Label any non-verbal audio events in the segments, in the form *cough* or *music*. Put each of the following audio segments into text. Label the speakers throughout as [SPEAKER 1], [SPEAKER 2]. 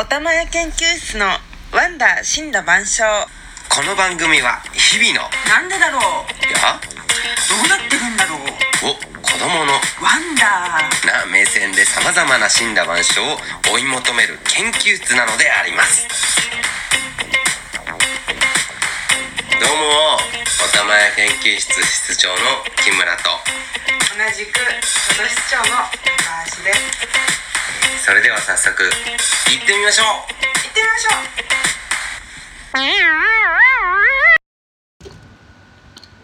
[SPEAKER 1] おたまや研究室のワンダー真羅万象
[SPEAKER 2] この番組は日々の
[SPEAKER 1] なんでだろう
[SPEAKER 2] や
[SPEAKER 1] どうなってるんだろう
[SPEAKER 2] を子供の
[SPEAKER 1] ワンダー
[SPEAKER 2] な目線で様々な神羅万象を追い求める研究室なのでありますどうもおたまや研究室室長の木村と
[SPEAKER 1] 同じく佐渡市長の高橋です
[SPEAKER 2] それでは早速行ってみましょう
[SPEAKER 1] 行ってみましょう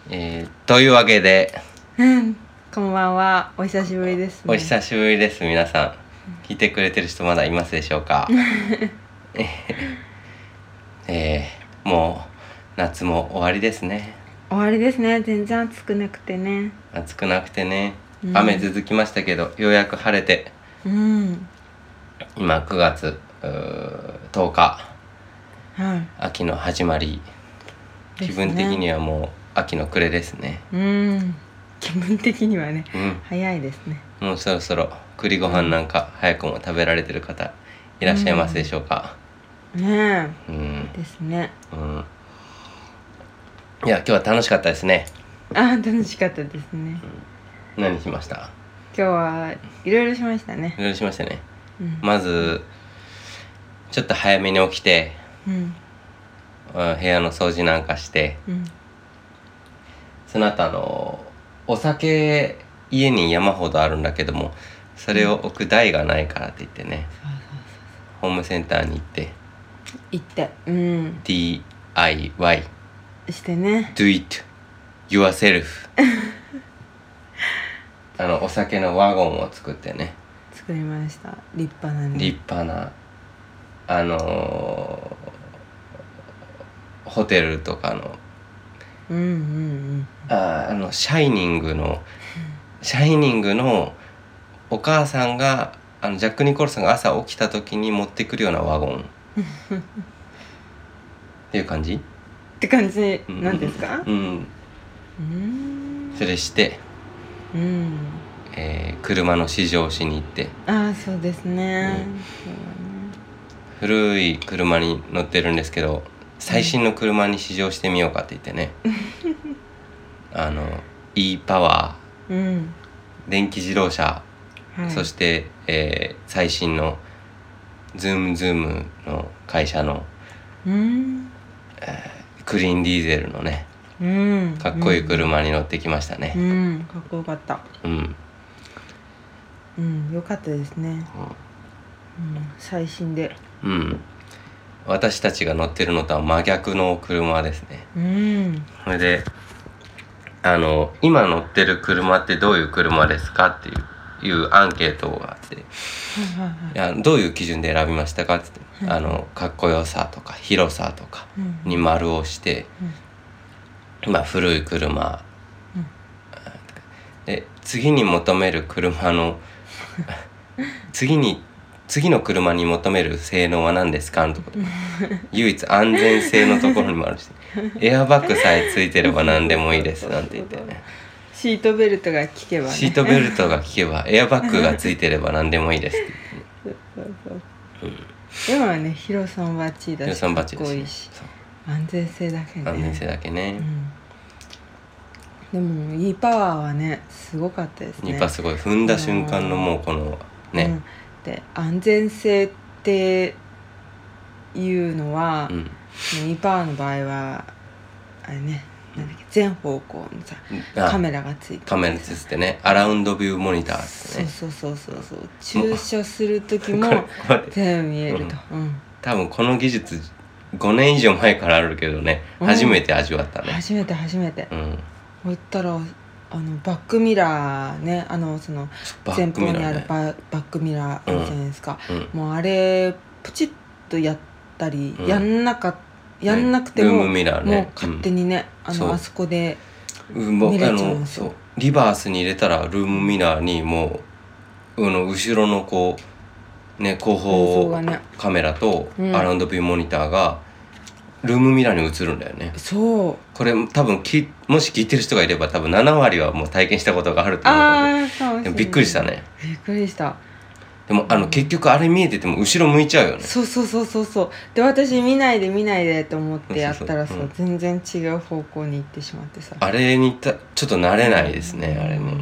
[SPEAKER 2] えー、というわけで
[SPEAKER 1] うん、こんばんは。お久しぶりです、ね。
[SPEAKER 2] お久しぶりです皆さん聞いてくれてる人まだいますでしょう
[SPEAKER 1] *laughs*
[SPEAKER 2] かえー、もう夏も終わりですね
[SPEAKER 1] 終わりですね。全然暑くなくてね。
[SPEAKER 2] 暑くなくてね
[SPEAKER 1] うん
[SPEAKER 2] 雨続きましたけど、ようやく晴れて
[SPEAKER 1] うん。
[SPEAKER 2] 今9月うー10日
[SPEAKER 1] はい。
[SPEAKER 2] 秋の始まり、
[SPEAKER 1] ですね
[SPEAKER 2] 気分的にはもう秋の暮れですね
[SPEAKER 1] うん。気分的にはね、
[SPEAKER 2] う
[SPEAKER 1] 早いですね。
[SPEAKER 2] んもうそろそろ栗ご飯なんか早くも食べられてる方いらっしゃいますでしょうか
[SPEAKER 1] ね
[SPEAKER 2] うん
[SPEAKER 1] え。ですね。
[SPEAKER 2] うん、いや今日は楽しかったですね
[SPEAKER 1] あー、楽しかったですね。
[SPEAKER 2] 何しました
[SPEAKER 1] 今日はいろいろしましたね
[SPEAKER 2] い。ろいろしましたね
[SPEAKER 1] うん。
[SPEAKER 2] まずちょっと早めに起きて
[SPEAKER 1] うん。
[SPEAKER 2] うん部屋の掃除なんかして
[SPEAKER 1] うん。
[SPEAKER 2] その後あのお酒家に山ほどあるんだけどもそれを置く台がないからって言ってね
[SPEAKER 1] そうそう
[SPEAKER 2] ホームセンターに行って
[SPEAKER 1] そう。行って。うん。
[SPEAKER 2] DIY
[SPEAKER 1] してね。
[SPEAKER 2] Do it yourself あのお酒のワゴンを作ってね
[SPEAKER 1] 作りました。立派なね。
[SPEAKER 2] 立派なあのーホテルとかの
[SPEAKER 1] うんうん
[SPEAKER 2] あーあの「シャイニングの」「シャイニング」のお母さんがあのジャック・ニコルソンが朝起きた時に持ってくるようなワゴンっていう感じ
[SPEAKER 1] うん。って感じ
[SPEAKER 2] うん
[SPEAKER 1] なんですか
[SPEAKER 2] う。ん
[SPEAKER 1] うん。
[SPEAKER 2] それして、
[SPEAKER 1] うん。
[SPEAKER 2] えー車の試乗しに行って
[SPEAKER 1] ああそうですね。
[SPEAKER 2] 古い車に乗ってるんですけど最新の車に試乗してみようかって言って *laughs* ねあの e パワ
[SPEAKER 1] そうだねうん。
[SPEAKER 2] ー電気自動車
[SPEAKER 1] はい。
[SPEAKER 2] そして、えー最新のズームズームの会社の
[SPEAKER 1] うん。
[SPEAKER 2] クリーンディーゼルのね
[SPEAKER 1] うん。
[SPEAKER 2] かっこいい車に乗ってきました
[SPEAKER 1] う
[SPEAKER 2] ね
[SPEAKER 1] ん。うん、かっこよかった。
[SPEAKER 2] うん、
[SPEAKER 1] うん、よかったですね。うん、最新で。
[SPEAKER 2] うん私たちが乗ってるのとは真逆の車ですね
[SPEAKER 1] うん。
[SPEAKER 2] それであの今乗ってる車ってどういう車ですかっていういうアンケートがあって
[SPEAKER 1] はいはいはい
[SPEAKER 2] いやどういう基準で選びましたかって言って
[SPEAKER 1] はい
[SPEAKER 2] あのかっこよさとか広さとか
[SPEAKER 1] うん
[SPEAKER 2] に丸をして、まあ、古い車、
[SPEAKER 1] うん
[SPEAKER 2] で次に求める車の次に次の車に求める性能は何ですかのところ唯一安全性のところにもあるしエアバッグさえついてれば何でもいいですなんて言ってね
[SPEAKER 1] シートベルトが効けばね。
[SPEAKER 2] シートベルトが効けばエアバッグがついてれば何でもいいですって
[SPEAKER 1] そうそうそう。今はね、ヒロさんバッチリ *laughs* だ
[SPEAKER 2] 予
[SPEAKER 1] し、
[SPEAKER 2] 算バッチ
[SPEAKER 1] か
[SPEAKER 2] リ
[SPEAKER 1] っ
[SPEAKER 2] で
[SPEAKER 1] こい
[SPEAKER 2] すね
[SPEAKER 1] いし、
[SPEAKER 2] そう
[SPEAKER 1] 安全性だけね。
[SPEAKER 2] 安全性だけね
[SPEAKER 1] うん。でも、いいパワーはね、すごかったですね。
[SPEAKER 2] ニパすごい踏んだ瞬間のもうこのね、
[SPEAKER 1] うん、で安全性っていうのは、
[SPEAKER 2] うん、
[SPEAKER 1] ニパーの場合はあれねなんだっけ全方向のさ
[SPEAKER 2] あ
[SPEAKER 1] カメラがついて
[SPEAKER 2] カメラ映ってねアラウンドビューモニターって
[SPEAKER 1] そう
[SPEAKER 2] ね
[SPEAKER 1] そうそうそうそう駐車する時も
[SPEAKER 2] これこれ
[SPEAKER 1] 全部見えると、うん
[SPEAKER 2] 多分この技術5年以上前からあるけどね
[SPEAKER 1] うん
[SPEAKER 2] 初めて味わったね
[SPEAKER 1] 初めて初めて
[SPEAKER 2] うん、
[SPEAKER 1] こういったらあのバックミラーねあのその
[SPEAKER 2] バ
[SPEAKER 1] 前
[SPEAKER 2] ック
[SPEAKER 1] 方
[SPEAKER 2] ミ
[SPEAKER 1] に
[SPEAKER 2] ラ
[SPEAKER 1] あ
[SPEAKER 2] ー
[SPEAKER 1] る
[SPEAKER 2] ね
[SPEAKER 1] バ,、バックミラーあるじゃないですか、
[SPEAKER 2] うん
[SPEAKER 1] もうあれプチッとやったり、
[SPEAKER 2] うん
[SPEAKER 1] やんなかやんなくても、
[SPEAKER 2] ねルームミラーね
[SPEAKER 1] もう勝手にね、
[SPEAKER 2] うん
[SPEAKER 1] あ
[SPEAKER 2] そう
[SPEAKER 1] のあそこで
[SPEAKER 2] うんもう
[SPEAKER 1] 見れちゃ
[SPEAKER 2] あ
[SPEAKER 1] うんですよ
[SPEAKER 2] のそうリバースに入れたらルームミラーにもうあの後ろのこうね後
[SPEAKER 1] 映像
[SPEAKER 2] 方
[SPEAKER 1] がね
[SPEAKER 2] カメラと
[SPEAKER 1] うん
[SPEAKER 2] アラウンドビューモニターがルームミラーに映るんだよね
[SPEAKER 1] そう
[SPEAKER 2] これ多分きもし聞いてる人がいれば多分7割はもう体験したことがあると思うの
[SPEAKER 1] ああそう
[SPEAKER 2] ででもびっくりしたね
[SPEAKER 1] びっくりした
[SPEAKER 2] でもあの結局あれ見えてても後ろ向いちゃうよね
[SPEAKER 1] そうそうそうそうそうで私見ないで見ないでと思ってやったらさ、
[SPEAKER 2] そうそう
[SPEAKER 1] 全然違う方向に行ってしまってさ
[SPEAKER 2] あれにたちょっと慣れないですねあれ
[SPEAKER 1] うん
[SPEAKER 2] ね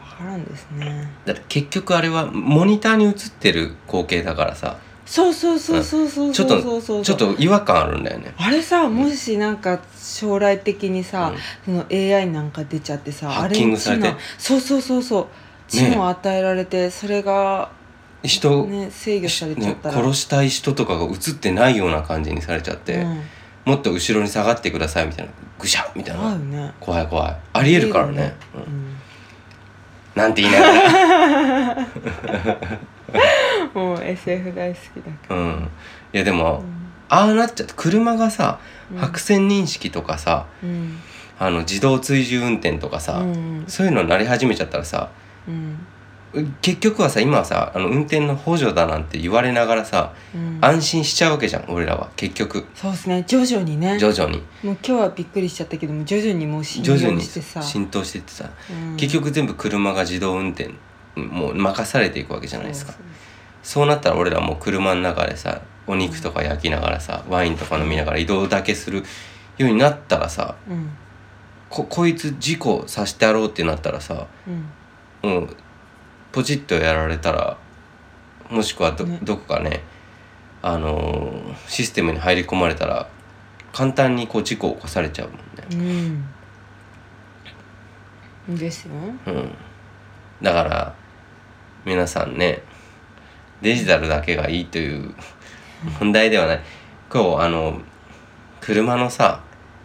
[SPEAKER 1] わからんですね
[SPEAKER 2] だって結局あれはモニターに映ってる光景だからさ
[SPEAKER 1] そうそうそうそうそう
[SPEAKER 2] ちょ
[SPEAKER 1] そ
[SPEAKER 2] っ
[SPEAKER 1] うそうそう
[SPEAKER 2] とちょっと違和感あるんだよね
[SPEAKER 1] あれさもしなんか将来的にさ、その AI なんか出ちゃってさ
[SPEAKER 2] ハッキングされて
[SPEAKER 1] あれに知能そうそうそうそう知能を与えられて、それが
[SPEAKER 2] うん人、
[SPEAKER 1] ね制御されちゃっ
[SPEAKER 2] ね
[SPEAKER 1] たら、
[SPEAKER 2] 殺したい人とかが映ってないような感じにされちゃって、
[SPEAKER 1] うん
[SPEAKER 2] もっと後ろに下がってくださいみたいなぐしゃみたい
[SPEAKER 1] 怖い
[SPEAKER 2] な
[SPEAKER 1] よね、
[SPEAKER 2] 怖い怖いありえるからねうん
[SPEAKER 1] うん
[SPEAKER 2] なんて言いながら
[SPEAKER 1] もう SF 大好きだか
[SPEAKER 2] うんいやで
[SPEAKER 1] ら、
[SPEAKER 2] も、
[SPEAKER 1] うん
[SPEAKER 2] ああなっちゃって車がさ
[SPEAKER 1] うん
[SPEAKER 2] 白線認識とかさ、
[SPEAKER 1] うん
[SPEAKER 2] あの自動追従運転とかさ、
[SPEAKER 1] うん
[SPEAKER 2] そういうのになり始めちゃったらさ
[SPEAKER 1] うん
[SPEAKER 2] 結局はさ今はさあの運転の補助だなんて言われながらさ
[SPEAKER 1] うん
[SPEAKER 2] 安心しちゃうわけじゃん俺らは結局
[SPEAKER 1] そうですね徐々にね
[SPEAKER 2] 徐々に
[SPEAKER 1] もう今日はびっくりしちゃったけども徐々にもう信
[SPEAKER 2] 徐々
[SPEAKER 1] 用
[SPEAKER 2] に
[SPEAKER 1] してさ、
[SPEAKER 2] 浸透してってさ、
[SPEAKER 1] うん
[SPEAKER 2] 結局全部車が自動運転にもう任されていくわけじゃないですか
[SPEAKER 1] そう
[SPEAKER 2] そうなったら俺らもう車の中でさお肉とか焼きながらさワインとか飲みながら移動だけするようになったらさ
[SPEAKER 1] そううん
[SPEAKER 2] ここいつ事故させてやろうってなったらさ
[SPEAKER 1] うん
[SPEAKER 2] もうポチッとやられたらもしくはど,、
[SPEAKER 1] ね
[SPEAKER 2] どこかねあのーシステムに入り込まれたら簡単にこう事故を起こされちゃうもんね。
[SPEAKER 1] うんですよ
[SPEAKER 2] うん、だから皆さんねデジタルだけがいいという問題ではない今日あの車のさ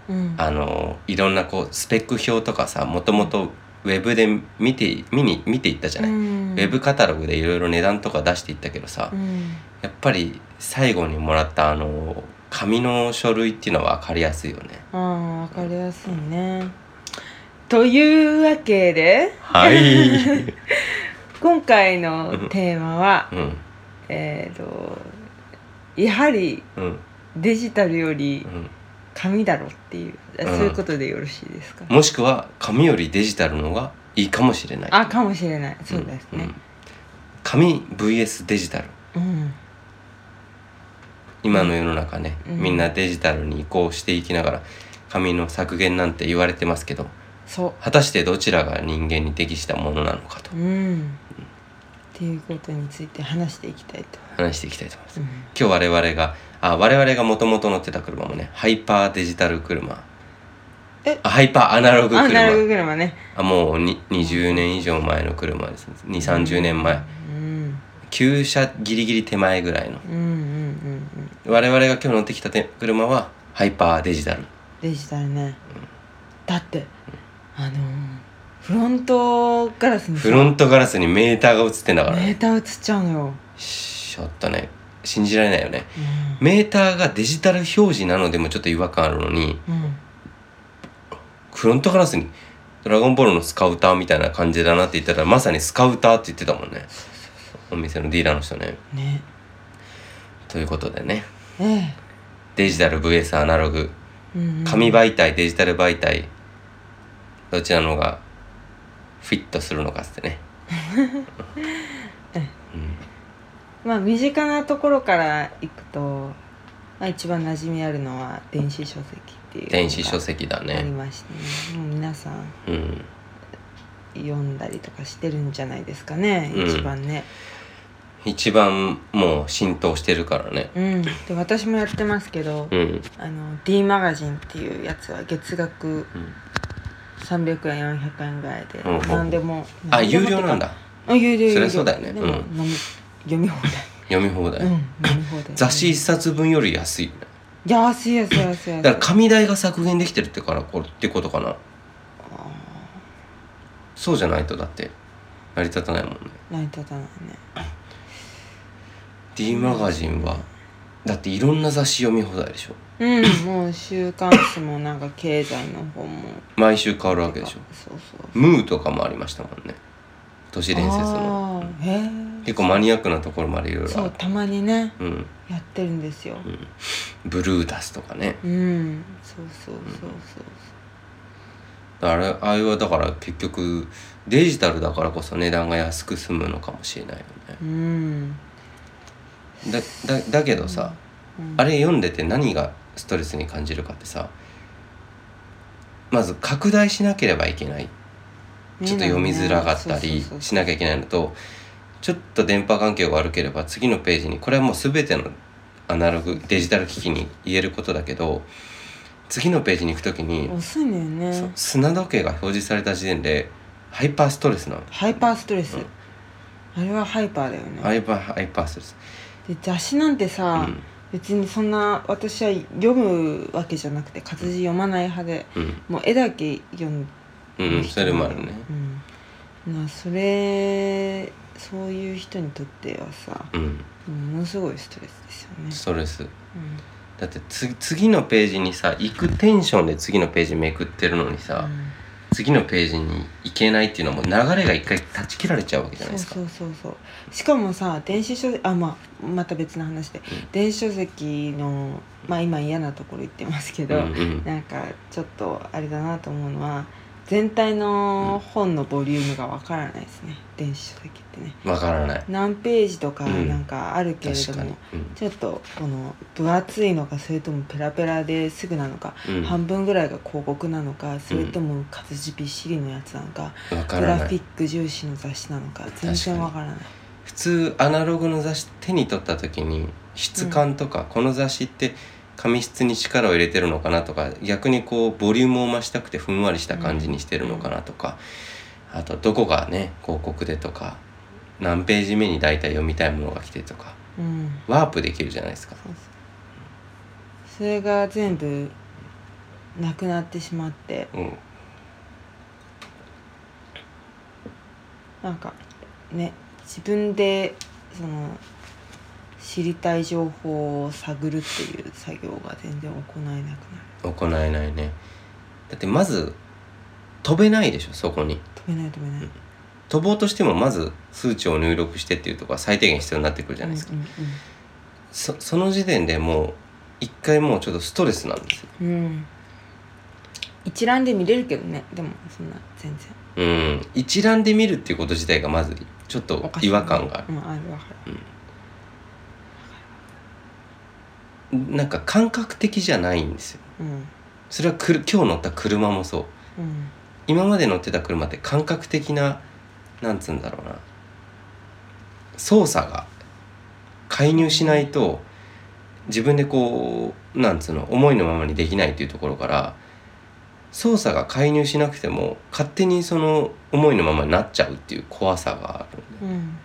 [SPEAKER 1] うん
[SPEAKER 2] あのいろんなこうスペック表とかさもともとウェブで見て見に見ていったじゃない、
[SPEAKER 1] うん
[SPEAKER 2] ウェブカタログでいろいろ値段とか出していったけどさ、
[SPEAKER 1] うん
[SPEAKER 2] やっぱり最後にもらったあの紙の書類っていうのは分かりやすいよね
[SPEAKER 1] ああわかりやすいねというわけで
[SPEAKER 2] はい *laughs*
[SPEAKER 1] 今回のテーマは
[SPEAKER 2] うん
[SPEAKER 1] えっとやはり
[SPEAKER 2] うん
[SPEAKER 1] デジタルより
[SPEAKER 2] うん
[SPEAKER 1] 紙だろっていう、あ
[SPEAKER 2] うん
[SPEAKER 1] そういうことでよろしいですか、
[SPEAKER 2] もしくは紙よりデジタルの方がいいかもしれない
[SPEAKER 1] あかもしれないそうです
[SPEAKER 2] んう
[SPEAKER 1] ね
[SPEAKER 2] ん紙 VS デジタル
[SPEAKER 1] うん
[SPEAKER 2] 今の世の中ね、
[SPEAKER 1] うん
[SPEAKER 2] みんなデジタルに移行していきながら紙の削減なんて言われてますけど
[SPEAKER 1] そ
[SPEAKER 2] 果たしてどちらが人間に適したものなのかと
[SPEAKER 1] ううんっていうことについて話していきたいと、
[SPEAKER 2] 話していきたいと思います
[SPEAKER 1] うん
[SPEAKER 2] 今日我々があ我々がもともと乗ってた車もねハイパーデジタル車
[SPEAKER 1] え
[SPEAKER 2] あハイパーアナログ
[SPEAKER 1] あなるほど
[SPEAKER 2] 車
[SPEAKER 1] 車ね
[SPEAKER 2] あもうに20年以上前の車ですね2 3 0年前
[SPEAKER 1] うん
[SPEAKER 2] 旧車ギリギリ手前ぐらいの
[SPEAKER 1] うんうんうんうん
[SPEAKER 2] 我々が今日乗ってきたて車はハイパーデジタル
[SPEAKER 1] デジタルね、だってあのーフロントガラスにさ
[SPEAKER 2] フロントガラスにメーターが映ってんだからね
[SPEAKER 1] メーター映っちゃうのよ、
[SPEAKER 2] ちょっとね信じられないよね
[SPEAKER 1] うん
[SPEAKER 2] メーターがデジタル表示なのでもちょっと違和感あるのに
[SPEAKER 1] うん
[SPEAKER 2] フロントガラスに「ドラゴンボール」のスカウターみたいな感じだなって言ったらまさにスカウターって言ってたもんねお店のディーラーの人ね
[SPEAKER 1] ね
[SPEAKER 2] ということでね
[SPEAKER 1] え
[SPEAKER 2] デジタル VS アナログ
[SPEAKER 1] え、うんうん
[SPEAKER 2] 紙媒体デジタル媒体どちらの方がフィットするのかっつってね、うん
[SPEAKER 1] まあ身近なところから行くと、まあ、一番馴染みあるのは電子書籍っていうのが
[SPEAKER 2] 電子書籍だ
[SPEAKER 1] あり
[SPEAKER 2] ね
[SPEAKER 1] まして、ね、もう皆さん
[SPEAKER 2] うん
[SPEAKER 1] 読んだりとかしてるんじゃないですかね、
[SPEAKER 2] うん
[SPEAKER 1] 一番ね、
[SPEAKER 2] 一番もう浸透してるからね
[SPEAKER 1] うん、で私もやってますけど、
[SPEAKER 2] うん
[SPEAKER 1] あの D マガジンっていうやつは月額
[SPEAKER 2] うん
[SPEAKER 1] 300円400円ぐらいで
[SPEAKER 2] うんうん
[SPEAKER 1] 何でも
[SPEAKER 2] あ
[SPEAKER 1] 何で
[SPEAKER 2] 有
[SPEAKER 1] もって
[SPEAKER 2] 料
[SPEAKER 1] か
[SPEAKER 2] なんだ
[SPEAKER 1] あ有料有料
[SPEAKER 2] そりゃそうだよね
[SPEAKER 1] でも
[SPEAKER 2] うん
[SPEAKER 1] 飲み読み放
[SPEAKER 2] 読み放題、
[SPEAKER 1] 題うん読み放題
[SPEAKER 2] 雑誌一冊分より安いよね
[SPEAKER 1] 安い安い安い安い
[SPEAKER 2] だから紙代が削減できてるってからこれってことかなそうじゃないとだって成り立たないもんね
[SPEAKER 1] 成り立たないね
[SPEAKER 2] D マガジンはだっていろんな雑誌読み放題でしょ
[SPEAKER 1] うんもう週刊誌もなんか経済の本も
[SPEAKER 2] 毎週変わるわけでしょ
[SPEAKER 1] そうそう
[SPEAKER 2] ムーとかもありましたもんね都市伝説の
[SPEAKER 1] あーへえ
[SPEAKER 2] 結構マニアックなところまでいろいろ
[SPEAKER 1] そ
[SPEAKER 2] あ
[SPEAKER 1] う
[SPEAKER 2] る
[SPEAKER 1] たまにね
[SPEAKER 2] うん
[SPEAKER 1] やってるんですよ
[SPEAKER 2] ブルータスとかね
[SPEAKER 1] うんそうそうそうそう
[SPEAKER 2] あれあれはだから結局デジタルだからこそ値段が安く済むのかもしれないよね
[SPEAKER 1] うん、
[SPEAKER 2] だだだけどさ
[SPEAKER 1] うん
[SPEAKER 2] あれ読んでて何がストレスに感じるかってさまず拡大しなければいけないちょっと読みづらかったりしなきゃいけないのとちょっと電波環境が悪ければ次のページにこれはもう全てのアナログデジタル機器に言えることだけど次のページに行く時に
[SPEAKER 1] 遅いんだよ
[SPEAKER 2] そう
[SPEAKER 1] ね
[SPEAKER 2] 砂時計が表示された時点でハイパーストレスなの
[SPEAKER 1] ハイパーストレス、
[SPEAKER 2] うん
[SPEAKER 1] あれはハイパーだよね
[SPEAKER 2] ハイパーハイパーストレス
[SPEAKER 1] で雑誌なんてさ、別にそんな私は読むわけじゃなくて活字読まない派で
[SPEAKER 2] うん
[SPEAKER 1] もう絵だけ読ん
[SPEAKER 2] うん、うん、それもあるね
[SPEAKER 1] うん、まあそれそういう人にとってはさ
[SPEAKER 2] うん
[SPEAKER 1] ものすごいストレスですよね
[SPEAKER 2] ストレスだってつ次のページにさ行くテンションで次のページめくってるのに
[SPEAKER 1] うん
[SPEAKER 2] さ、
[SPEAKER 1] うん
[SPEAKER 2] 次のページに行けないっていうのはもう流れが一回断ち切られちゃうわけじゃないですか
[SPEAKER 1] そうそうそうそうしかもさ電子書籍あまあまた別の話で、
[SPEAKER 2] ん
[SPEAKER 1] 電子書籍のまあ今嫌なところ言ってますけ
[SPEAKER 2] う
[SPEAKER 1] ど、
[SPEAKER 2] んうん
[SPEAKER 1] なんかちょっとあれだなと思うのは全体の本のボリュームがわからないですね電子書籍ってね
[SPEAKER 2] わからない
[SPEAKER 1] 何ページとか
[SPEAKER 2] うん
[SPEAKER 1] なんかあるけれど
[SPEAKER 2] 確
[SPEAKER 1] も、
[SPEAKER 2] かに、
[SPEAKER 1] ちょっとこの分厚いのかそれともペラペラですぐなのか、
[SPEAKER 2] うんうん、
[SPEAKER 1] 半分ぐらいが広告なのかそれとも活字びっしりのやつなのか、
[SPEAKER 2] わか
[SPEAKER 1] グ
[SPEAKER 2] ら
[SPEAKER 1] ラ
[SPEAKER 2] な
[SPEAKER 1] フィ
[SPEAKER 2] い
[SPEAKER 1] ック重視の雑誌なのか全然わからない
[SPEAKER 2] 普通アナログの雑誌手に取った時に質感とか、この雑誌って紙質に力を入れてるのかなとか逆にこうボリュームを増したくてふんわりした感じにしてるのかなとか、あとどこがね広告でとか何ページ目に大体読みたいものが来てとか
[SPEAKER 1] うん
[SPEAKER 2] ワープできるじゃないですか
[SPEAKER 1] そうそうそれが全部なくなってしまって
[SPEAKER 2] うん
[SPEAKER 1] なんかね自分でその知りたい情報を探るっていう作業が全然行えなくなる
[SPEAKER 2] 行えないねだってまず飛べないでしょそこに
[SPEAKER 1] 止めない止めない
[SPEAKER 2] 飛ぼうとしてもまず数値を入力してっていうとこは最低限必要になってくるじゃないですか、
[SPEAKER 1] う
[SPEAKER 2] そその時点でもう一回もうちょっとストレスなんですよ
[SPEAKER 1] んうん、うん、一覧で見れるけどねでもそんな全然
[SPEAKER 2] うん一覧で見るっていうこと自体がまずちょっ
[SPEAKER 1] お
[SPEAKER 2] と
[SPEAKER 1] かしい
[SPEAKER 2] 違和感があ
[SPEAKER 1] うん、あるわかる
[SPEAKER 2] るなんか感覚的じゃないんですよ
[SPEAKER 1] うん
[SPEAKER 2] それはくる今日乗った車もそう
[SPEAKER 1] うん
[SPEAKER 2] 今まで乗ってた車って感覚的ななんつうんだろうな操作が介入しないと自分でこうなんつうの思いのままにできないっていうところから操作が介入しなくても勝手にその思いのままになっちゃうっていう怖さがあるんで
[SPEAKER 1] うん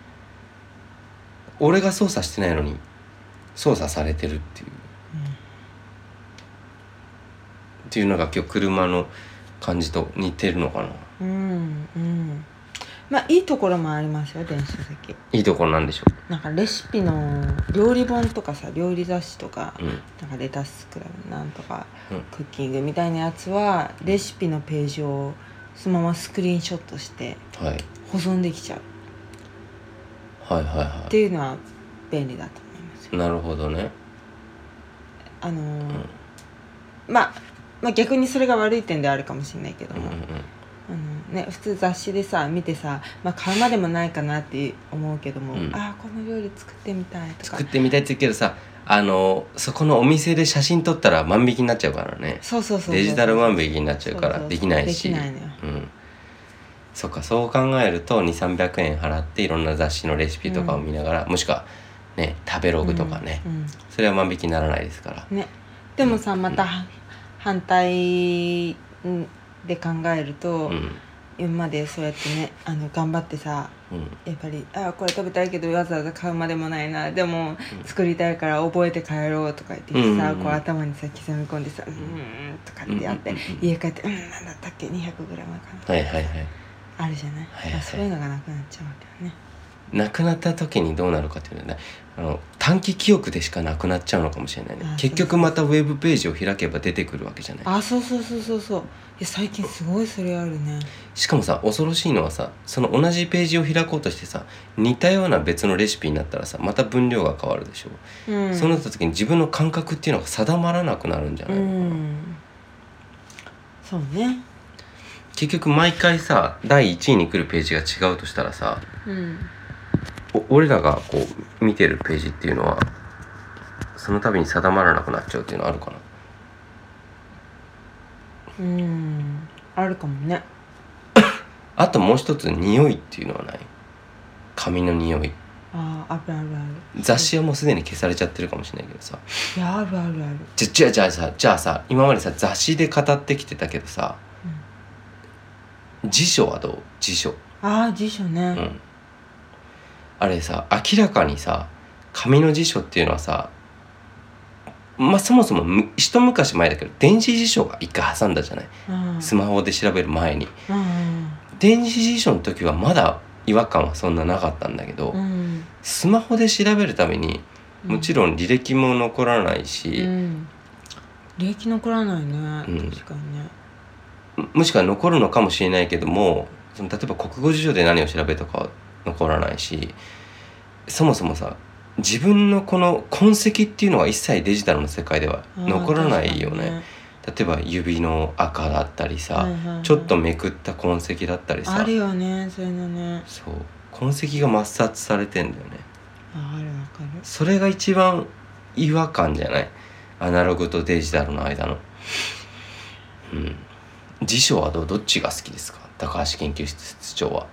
[SPEAKER 2] 俺が操作してないのに操作されてるっていうっていうのが今日車の感じと似てるのかな
[SPEAKER 1] うんうんうんまあいいところもありますよ電子書籍
[SPEAKER 2] いいところなんでしょ
[SPEAKER 1] なんかレシピの料理本とかさ料理雑誌とか
[SPEAKER 2] う、うん、
[SPEAKER 1] なんかレタスクラブなんとか
[SPEAKER 2] うん
[SPEAKER 1] クッキングみたいなやつはレシピのページをそのままスクリーンショットして
[SPEAKER 2] はい
[SPEAKER 1] 保存できちゃうっ
[SPEAKER 2] はいはいはい
[SPEAKER 1] ていうのは便利だと思いますよ。
[SPEAKER 2] なるほどね
[SPEAKER 1] あのー
[SPEAKER 2] ん
[SPEAKER 1] まあ、まあ逆にそれが悪い点ではあるかもしれないけど
[SPEAKER 2] うんう
[SPEAKER 1] も、
[SPEAKER 2] ん
[SPEAKER 1] あのね、普通雑誌でさ見てさ、まあ、買うまでもないかなって思うけども、
[SPEAKER 2] うん
[SPEAKER 1] ああこの料理作ってみたいとか
[SPEAKER 2] 作ってみたいって言うけどさあのそこのお店で写真撮ったら万引きになっちゃうからね
[SPEAKER 1] そうそうそうそう
[SPEAKER 2] デジタル万引きになっちゃうか
[SPEAKER 1] そうそうそ
[SPEAKER 2] ら
[SPEAKER 1] う
[SPEAKER 2] できないし
[SPEAKER 1] できないのよ
[SPEAKER 2] うんそっかそう考えると2300円払っていろんな雑誌のレシピとかを見ながら、もしくはね食べログとかね、
[SPEAKER 1] うんうん
[SPEAKER 2] それは万引きにならないですから
[SPEAKER 1] ね、でもさまた反対で考えると、
[SPEAKER 2] うん
[SPEAKER 1] 今までそうやってねあの頑張ってさ
[SPEAKER 2] うん
[SPEAKER 1] やっぱり「あこれ食べたいけどわざわざ買うまでもないなでも
[SPEAKER 2] うん
[SPEAKER 1] 作りたいから覚えて帰ろう」とか言ってさ、
[SPEAKER 2] うん
[SPEAKER 1] こう頭にさ刻み込んでさ「うーん」とかってやって、
[SPEAKER 2] うんうんうん
[SPEAKER 1] 家帰って「うんなんだったっけ 200g かな」
[SPEAKER 2] はいはいはい
[SPEAKER 1] あるじゃない、
[SPEAKER 2] はいはい
[SPEAKER 1] まあそういうのがなくなっちゃうわけよね。
[SPEAKER 2] なくなった時にどうなるかっていうのはねあの短期記憶でしかなくなっちゃうのかもしれないね
[SPEAKER 1] あ
[SPEAKER 2] 結
[SPEAKER 1] そ
[SPEAKER 2] 局またウェブページを開けば出てくるわけじゃない
[SPEAKER 1] あそうそうそうそうそういや最近すごいそれあるね。
[SPEAKER 2] しかもさ恐ろしいのはさその同じページを開こうとしてさ似たような別のレシピになったらさまた分量が変わるでしょ、
[SPEAKER 1] うん、
[SPEAKER 2] そうなった時に自分の感覚っていうのが定まらなくなるんじゃな
[SPEAKER 1] う
[SPEAKER 2] いのかな、
[SPEAKER 1] んそうね
[SPEAKER 2] 結局毎回さ第1位に来るページが違うとしたらさ
[SPEAKER 1] うん
[SPEAKER 2] お俺らがこう見てるページっていうのはその度に定まらなくなっちゃうっていうのはあるかな
[SPEAKER 1] うんあるかもね
[SPEAKER 2] あともう一つ匂いっていうのはない髪の匂い
[SPEAKER 1] あああるあるある
[SPEAKER 2] 雑誌はもうすでに消されちゃってるかもしれないけどさ
[SPEAKER 1] いやあるあるある
[SPEAKER 2] じゃじゃあじゃあさじゃあさ今までさ雑誌で語ってきてたけどさ、辞書はどう辞書
[SPEAKER 1] ああ辞書
[SPEAKER 2] う
[SPEAKER 1] ね
[SPEAKER 2] んあれさ明らかにさ紙の辞書っていうのはさまあそもそもむ一昔前だけど電子辞書が一回挟んだじゃない
[SPEAKER 1] うん
[SPEAKER 2] スマホで調べる前に
[SPEAKER 1] うん
[SPEAKER 2] 電子辞書の時はまだ違和感はそんななかったんだけど、
[SPEAKER 1] うん
[SPEAKER 2] スマホで調べるためにもちろん履歴も残らないし、
[SPEAKER 1] うん利益残らないね、
[SPEAKER 2] うん
[SPEAKER 1] 確かにね
[SPEAKER 2] もしくは残るのかもしれないけどもその例えば国語辞書で何を調べたかは残らないしそもそもさ自分のこの痕跡っていうのは一切デジタルの世界では
[SPEAKER 1] あー
[SPEAKER 2] 残らないよね
[SPEAKER 1] 確
[SPEAKER 2] 例えば指の赤だったりさ、
[SPEAKER 1] かにねはいはいはい
[SPEAKER 2] ちょっとめくった痕跡だったり
[SPEAKER 1] あ
[SPEAKER 2] さ
[SPEAKER 1] るよねそういうのね
[SPEAKER 2] そう痕跡が抹殺されてんだよね
[SPEAKER 1] ああるわかる
[SPEAKER 2] それが一番違和感じゃないアナログとデジタルの間のうん辞書はどうどっちが好きですか高橋研究室室長は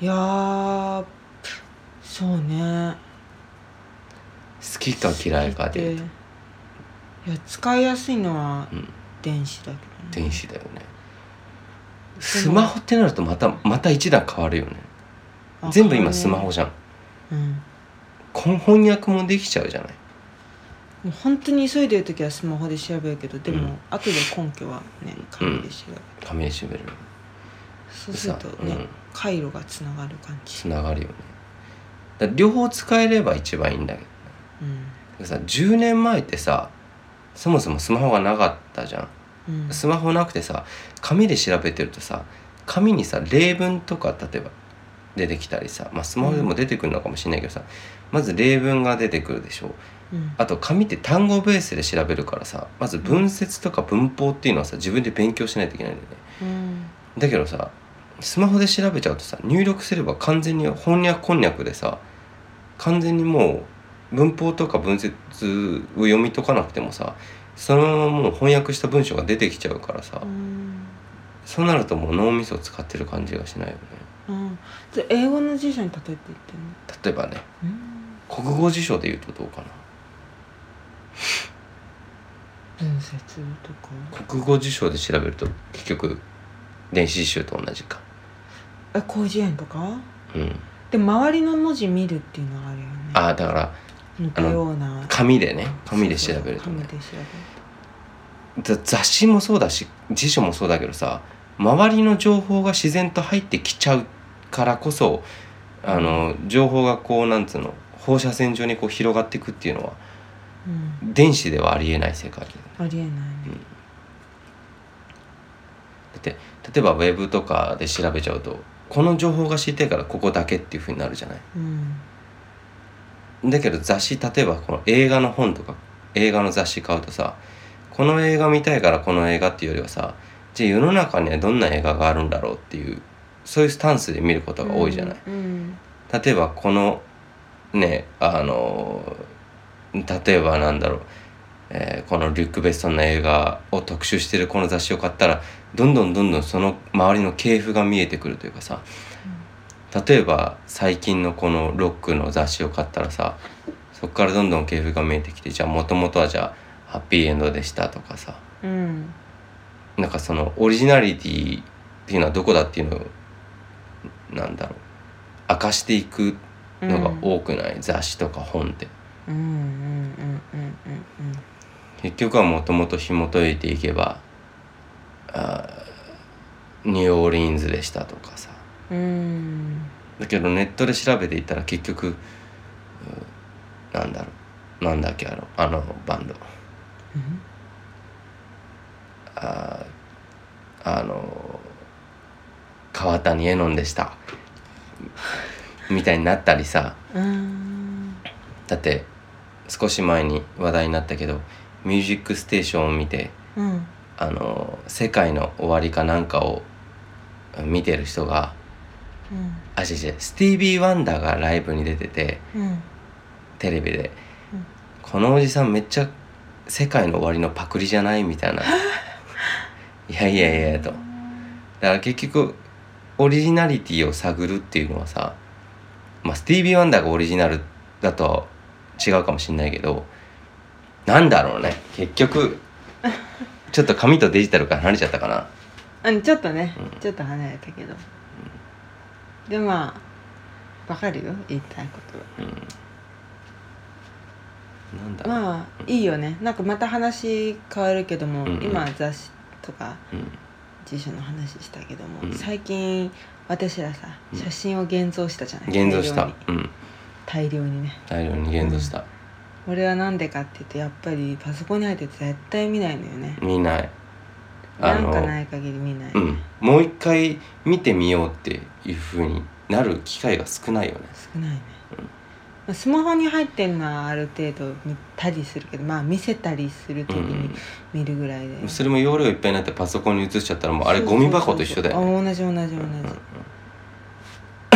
[SPEAKER 2] い
[SPEAKER 1] やーそうね
[SPEAKER 2] 好きか嫌いかで言うと
[SPEAKER 1] いや使いやすいのは
[SPEAKER 2] うん
[SPEAKER 1] 電子だけど、ね
[SPEAKER 2] 電子だよねスマホってなるとまたまた一段変わるよね
[SPEAKER 1] あ
[SPEAKER 2] 全部今スマホ
[SPEAKER 1] こ
[SPEAKER 2] じゃん
[SPEAKER 1] れねうん
[SPEAKER 2] こん翻訳もできちゃうじゃない
[SPEAKER 1] もう本当に急いでる時はスマホで調べるけどでも、
[SPEAKER 2] うん
[SPEAKER 1] 後で根拠はね紙で調べる、
[SPEAKER 2] 紙で締める
[SPEAKER 1] そうするとね、
[SPEAKER 2] うん
[SPEAKER 1] 回路がつながる感じ、
[SPEAKER 2] つながるよねだから両方使えれば一番いいんだけど
[SPEAKER 1] うん
[SPEAKER 2] さ10年前ってさそもそもスマホがなかったじゃん
[SPEAKER 1] うん、
[SPEAKER 2] スマホなくてさ紙で調べてるとさ紙にさ例文とか例えば出てきたりさ、まあ、スマホでも出てくるのかもしれないけどさ、まず例文が出てくるでしょ
[SPEAKER 1] うん
[SPEAKER 2] あと紙って単語ベースで調べるからさまず文節とか文法っていうのはさ自分で勉強しないといけないんだよね
[SPEAKER 1] うん
[SPEAKER 2] だけどさスマホで調べちゃうとさ入力すれば完全に翻訳こんにゃくでさ完全にもう文法とか文節を読み解かなくてもさそのままもう翻訳した文章が出てきちゃうからさ、
[SPEAKER 1] うん
[SPEAKER 2] そうなるともう脳みそを使ってる感じがしないよね
[SPEAKER 1] うんじゃあ英語の辞書に例えて言って
[SPEAKER 2] 例えばね
[SPEAKER 1] るの、うん、
[SPEAKER 2] 国語辞書で言うとどうかな
[SPEAKER 1] 文節とか
[SPEAKER 2] 国語辞書で調べると結局電子辞習と同じか
[SPEAKER 1] え広辞苑とか
[SPEAKER 2] うん
[SPEAKER 1] で周りの文字見るっていうのがあるよね
[SPEAKER 2] ああだから
[SPEAKER 1] 似たような
[SPEAKER 2] 紙でね紙で調べると
[SPEAKER 1] 紙
[SPEAKER 2] ね
[SPEAKER 1] で調べる
[SPEAKER 2] ざ雑誌もそうだし辞書もそうだけどさ周りの情報が自然と入ってきちゃうからこそあの情報がこうなんつうの放射線上にこう広がっていくっていうのは
[SPEAKER 1] うん
[SPEAKER 2] 電子ではありえない世界だよね
[SPEAKER 1] ありえないね
[SPEAKER 2] だって例えばウェブとかで調べちゃうとこの情報が知りたいからここだけっていうふうになるじゃない
[SPEAKER 1] うん
[SPEAKER 2] だけど雑誌例えばこの映画の本とか映画の雑誌買うとさこの映画見たいからこの映画っていうよりはさじゃあ世の中にはどんな映画があるんだろうっていうそういうスタンスで見ることが多いじゃない、
[SPEAKER 1] うん
[SPEAKER 2] 例えばこのねあの例えばなんだろう、えーこのリュック・ベストンの映画を特集してるこの雑誌を買ったらどんどんどんどんその周りの系譜が見えてくるというかさ例えば最近のこのロックの雑誌を買ったらさそこからどんどん系譜が見えてきてじゃあもともとはじゃあハッピーエンドでしたとかさ
[SPEAKER 1] うん
[SPEAKER 2] なんかそのオリジナリティっていうのはどこだっていうのをなんだろう明かしていく
[SPEAKER 1] うん
[SPEAKER 2] のが多くない、雑誌とか本って
[SPEAKER 1] うんうんうんうんうん
[SPEAKER 2] 結局はもともと紐解いていけばあーニューオーリンズでしたとかさ
[SPEAKER 1] うん
[SPEAKER 2] だけどネットで調べていったら結局うなんだろうなんだっけあのあのバンド
[SPEAKER 1] うん
[SPEAKER 2] あーあの川谷絵音でしたみたいになったりさ
[SPEAKER 1] うん
[SPEAKER 2] だって少し前に話題になったけど「ミュージックステーション」を見て
[SPEAKER 1] うん
[SPEAKER 2] あの世界の終わりかなんかを見てる人が
[SPEAKER 1] うん
[SPEAKER 2] あ違う違うスティービー・ワンダーがライブに出てて
[SPEAKER 1] うん
[SPEAKER 2] テレビで、
[SPEAKER 1] うん
[SPEAKER 2] このおじさんめっちゃ世界の終わりのパクリじゃない
[SPEAKER 1] *laughs*
[SPEAKER 2] みたいないやいやいやとだから結局オリジナリティを探るっていうのはさ、まあ、スティービー・ワンダーがオリジナルだとは違うかもしんないけどなんだろうね
[SPEAKER 1] *laughs*
[SPEAKER 2] 結局ちょっと紙とデジタルから離れちゃったかな
[SPEAKER 1] うんちょっとね、
[SPEAKER 2] うん
[SPEAKER 1] ちょっと離れたけど、でもまあわかるよ言いたいことは
[SPEAKER 2] なんだろう、
[SPEAKER 1] まあいいよねなんかまた話変わるけども、
[SPEAKER 2] うんうん
[SPEAKER 1] 今雑誌とか
[SPEAKER 2] うん
[SPEAKER 1] 辞書の話したけども、
[SPEAKER 2] うん
[SPEAKER 1] 最近私らさ
[SPEAKER 2] うん
[SPEAKER 1] 写真を現像したじゃない、
[SPEAKER 2] 現像したうん
[SPEAKER 1] 大量に大量にね
[SPEAKER 2] 大量に現像した、
[SPEAKER 1] 俺はなんでかって言うとやっぱりパソコンに入って絶対見ないのよね、
[SPEAKER 2] 見ないあ
[SPEAKER 1] な
[SPEAKER 2] の
[SPEAKER 1] んかない限り見ない、
[SPEAKER 2] うん、もう一回見てみようっていうふうになる機会が少ないよね
[SPEAKER 1] 少ないね、まあスマホに入ってるのはある程度見たりするけどまあ見せたりする
[SPEAKER 2] う
[SPEAKER 1] 時に
[SPEAKER 2] ん、
[SPEAKER 1] 見るぐらいで、
[SPEAKER 2] うん、それも容量いっぱいになってパソコンに移しちゃったらもうあれ
[SPEAKER 1] そう
[SPEAKER 2] ゴ
[SPEAKER 1] そうそう
[SPEAKER 2] ミ箱と一緒だよね
[SPEAKER 1] あ同じ同じ同じ、
[SPEAKER 2] うんうんうん
[SPEAKER 1] っ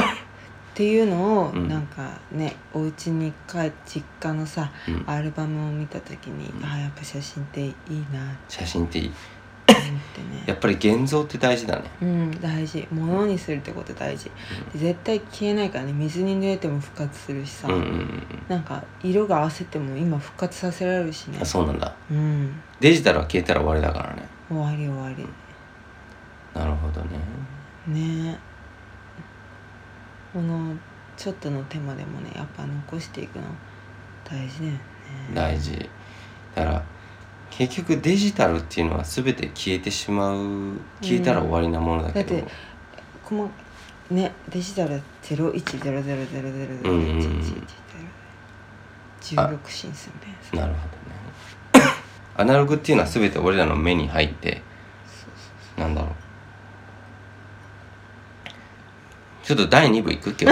[SPEAKER 1] ていうのを、
[SPEAKER 2] うん
[SPEAKER 1] なんかねお家に帰実家のさ
[SPEAKER 2] うん
[SPEAKER 1] アルバムを見た時に、
[SPEAKER 2] うん
[SPEAKER 1] ああやっぱ写真っていいな
[SPEAKER 2] 写真っていい
[SPEAKER 1] って思ってね
[SPEAKER 2] やっぱり現像って大事だね
[SPEAKER 1] うん大事物にするってこと大事、絶対消えないからね水に濡れても復活するしさ、
[SPEAKER 2] うんうんうん
[SPEAKER 1] なんか色が合わせても今復活させられるしね
[SPEAKER 2] あそうなんだ
[SPEAKER 1] うん
[SPEAKER 2] デジタルは消えたら終わりだからね
[SPEAKER 1] 終わり終わり
[SPEAKER 2] なるほどね
[SPEAKER 1] ねこのちょっとの手間でもねやっぱ残していくの大事だよね
[SPEAKER 2] 大事だから結局デジタルっていうのは全て消えてしまう消えたら終わりなものだけど、
[SPEAKER 1] うんだっこのねデジタル
[SPEAKER 2] うんうんうん
[SPEAKER 1] 01000000111 16進数ね
[SPEAKER 2] なるほどね *coughs* アナログっていうのは全て俺らの目に入って
[SPEAKER 1] そうそ
[SPEAKER 2] なんだろうちょっと第2部いくけど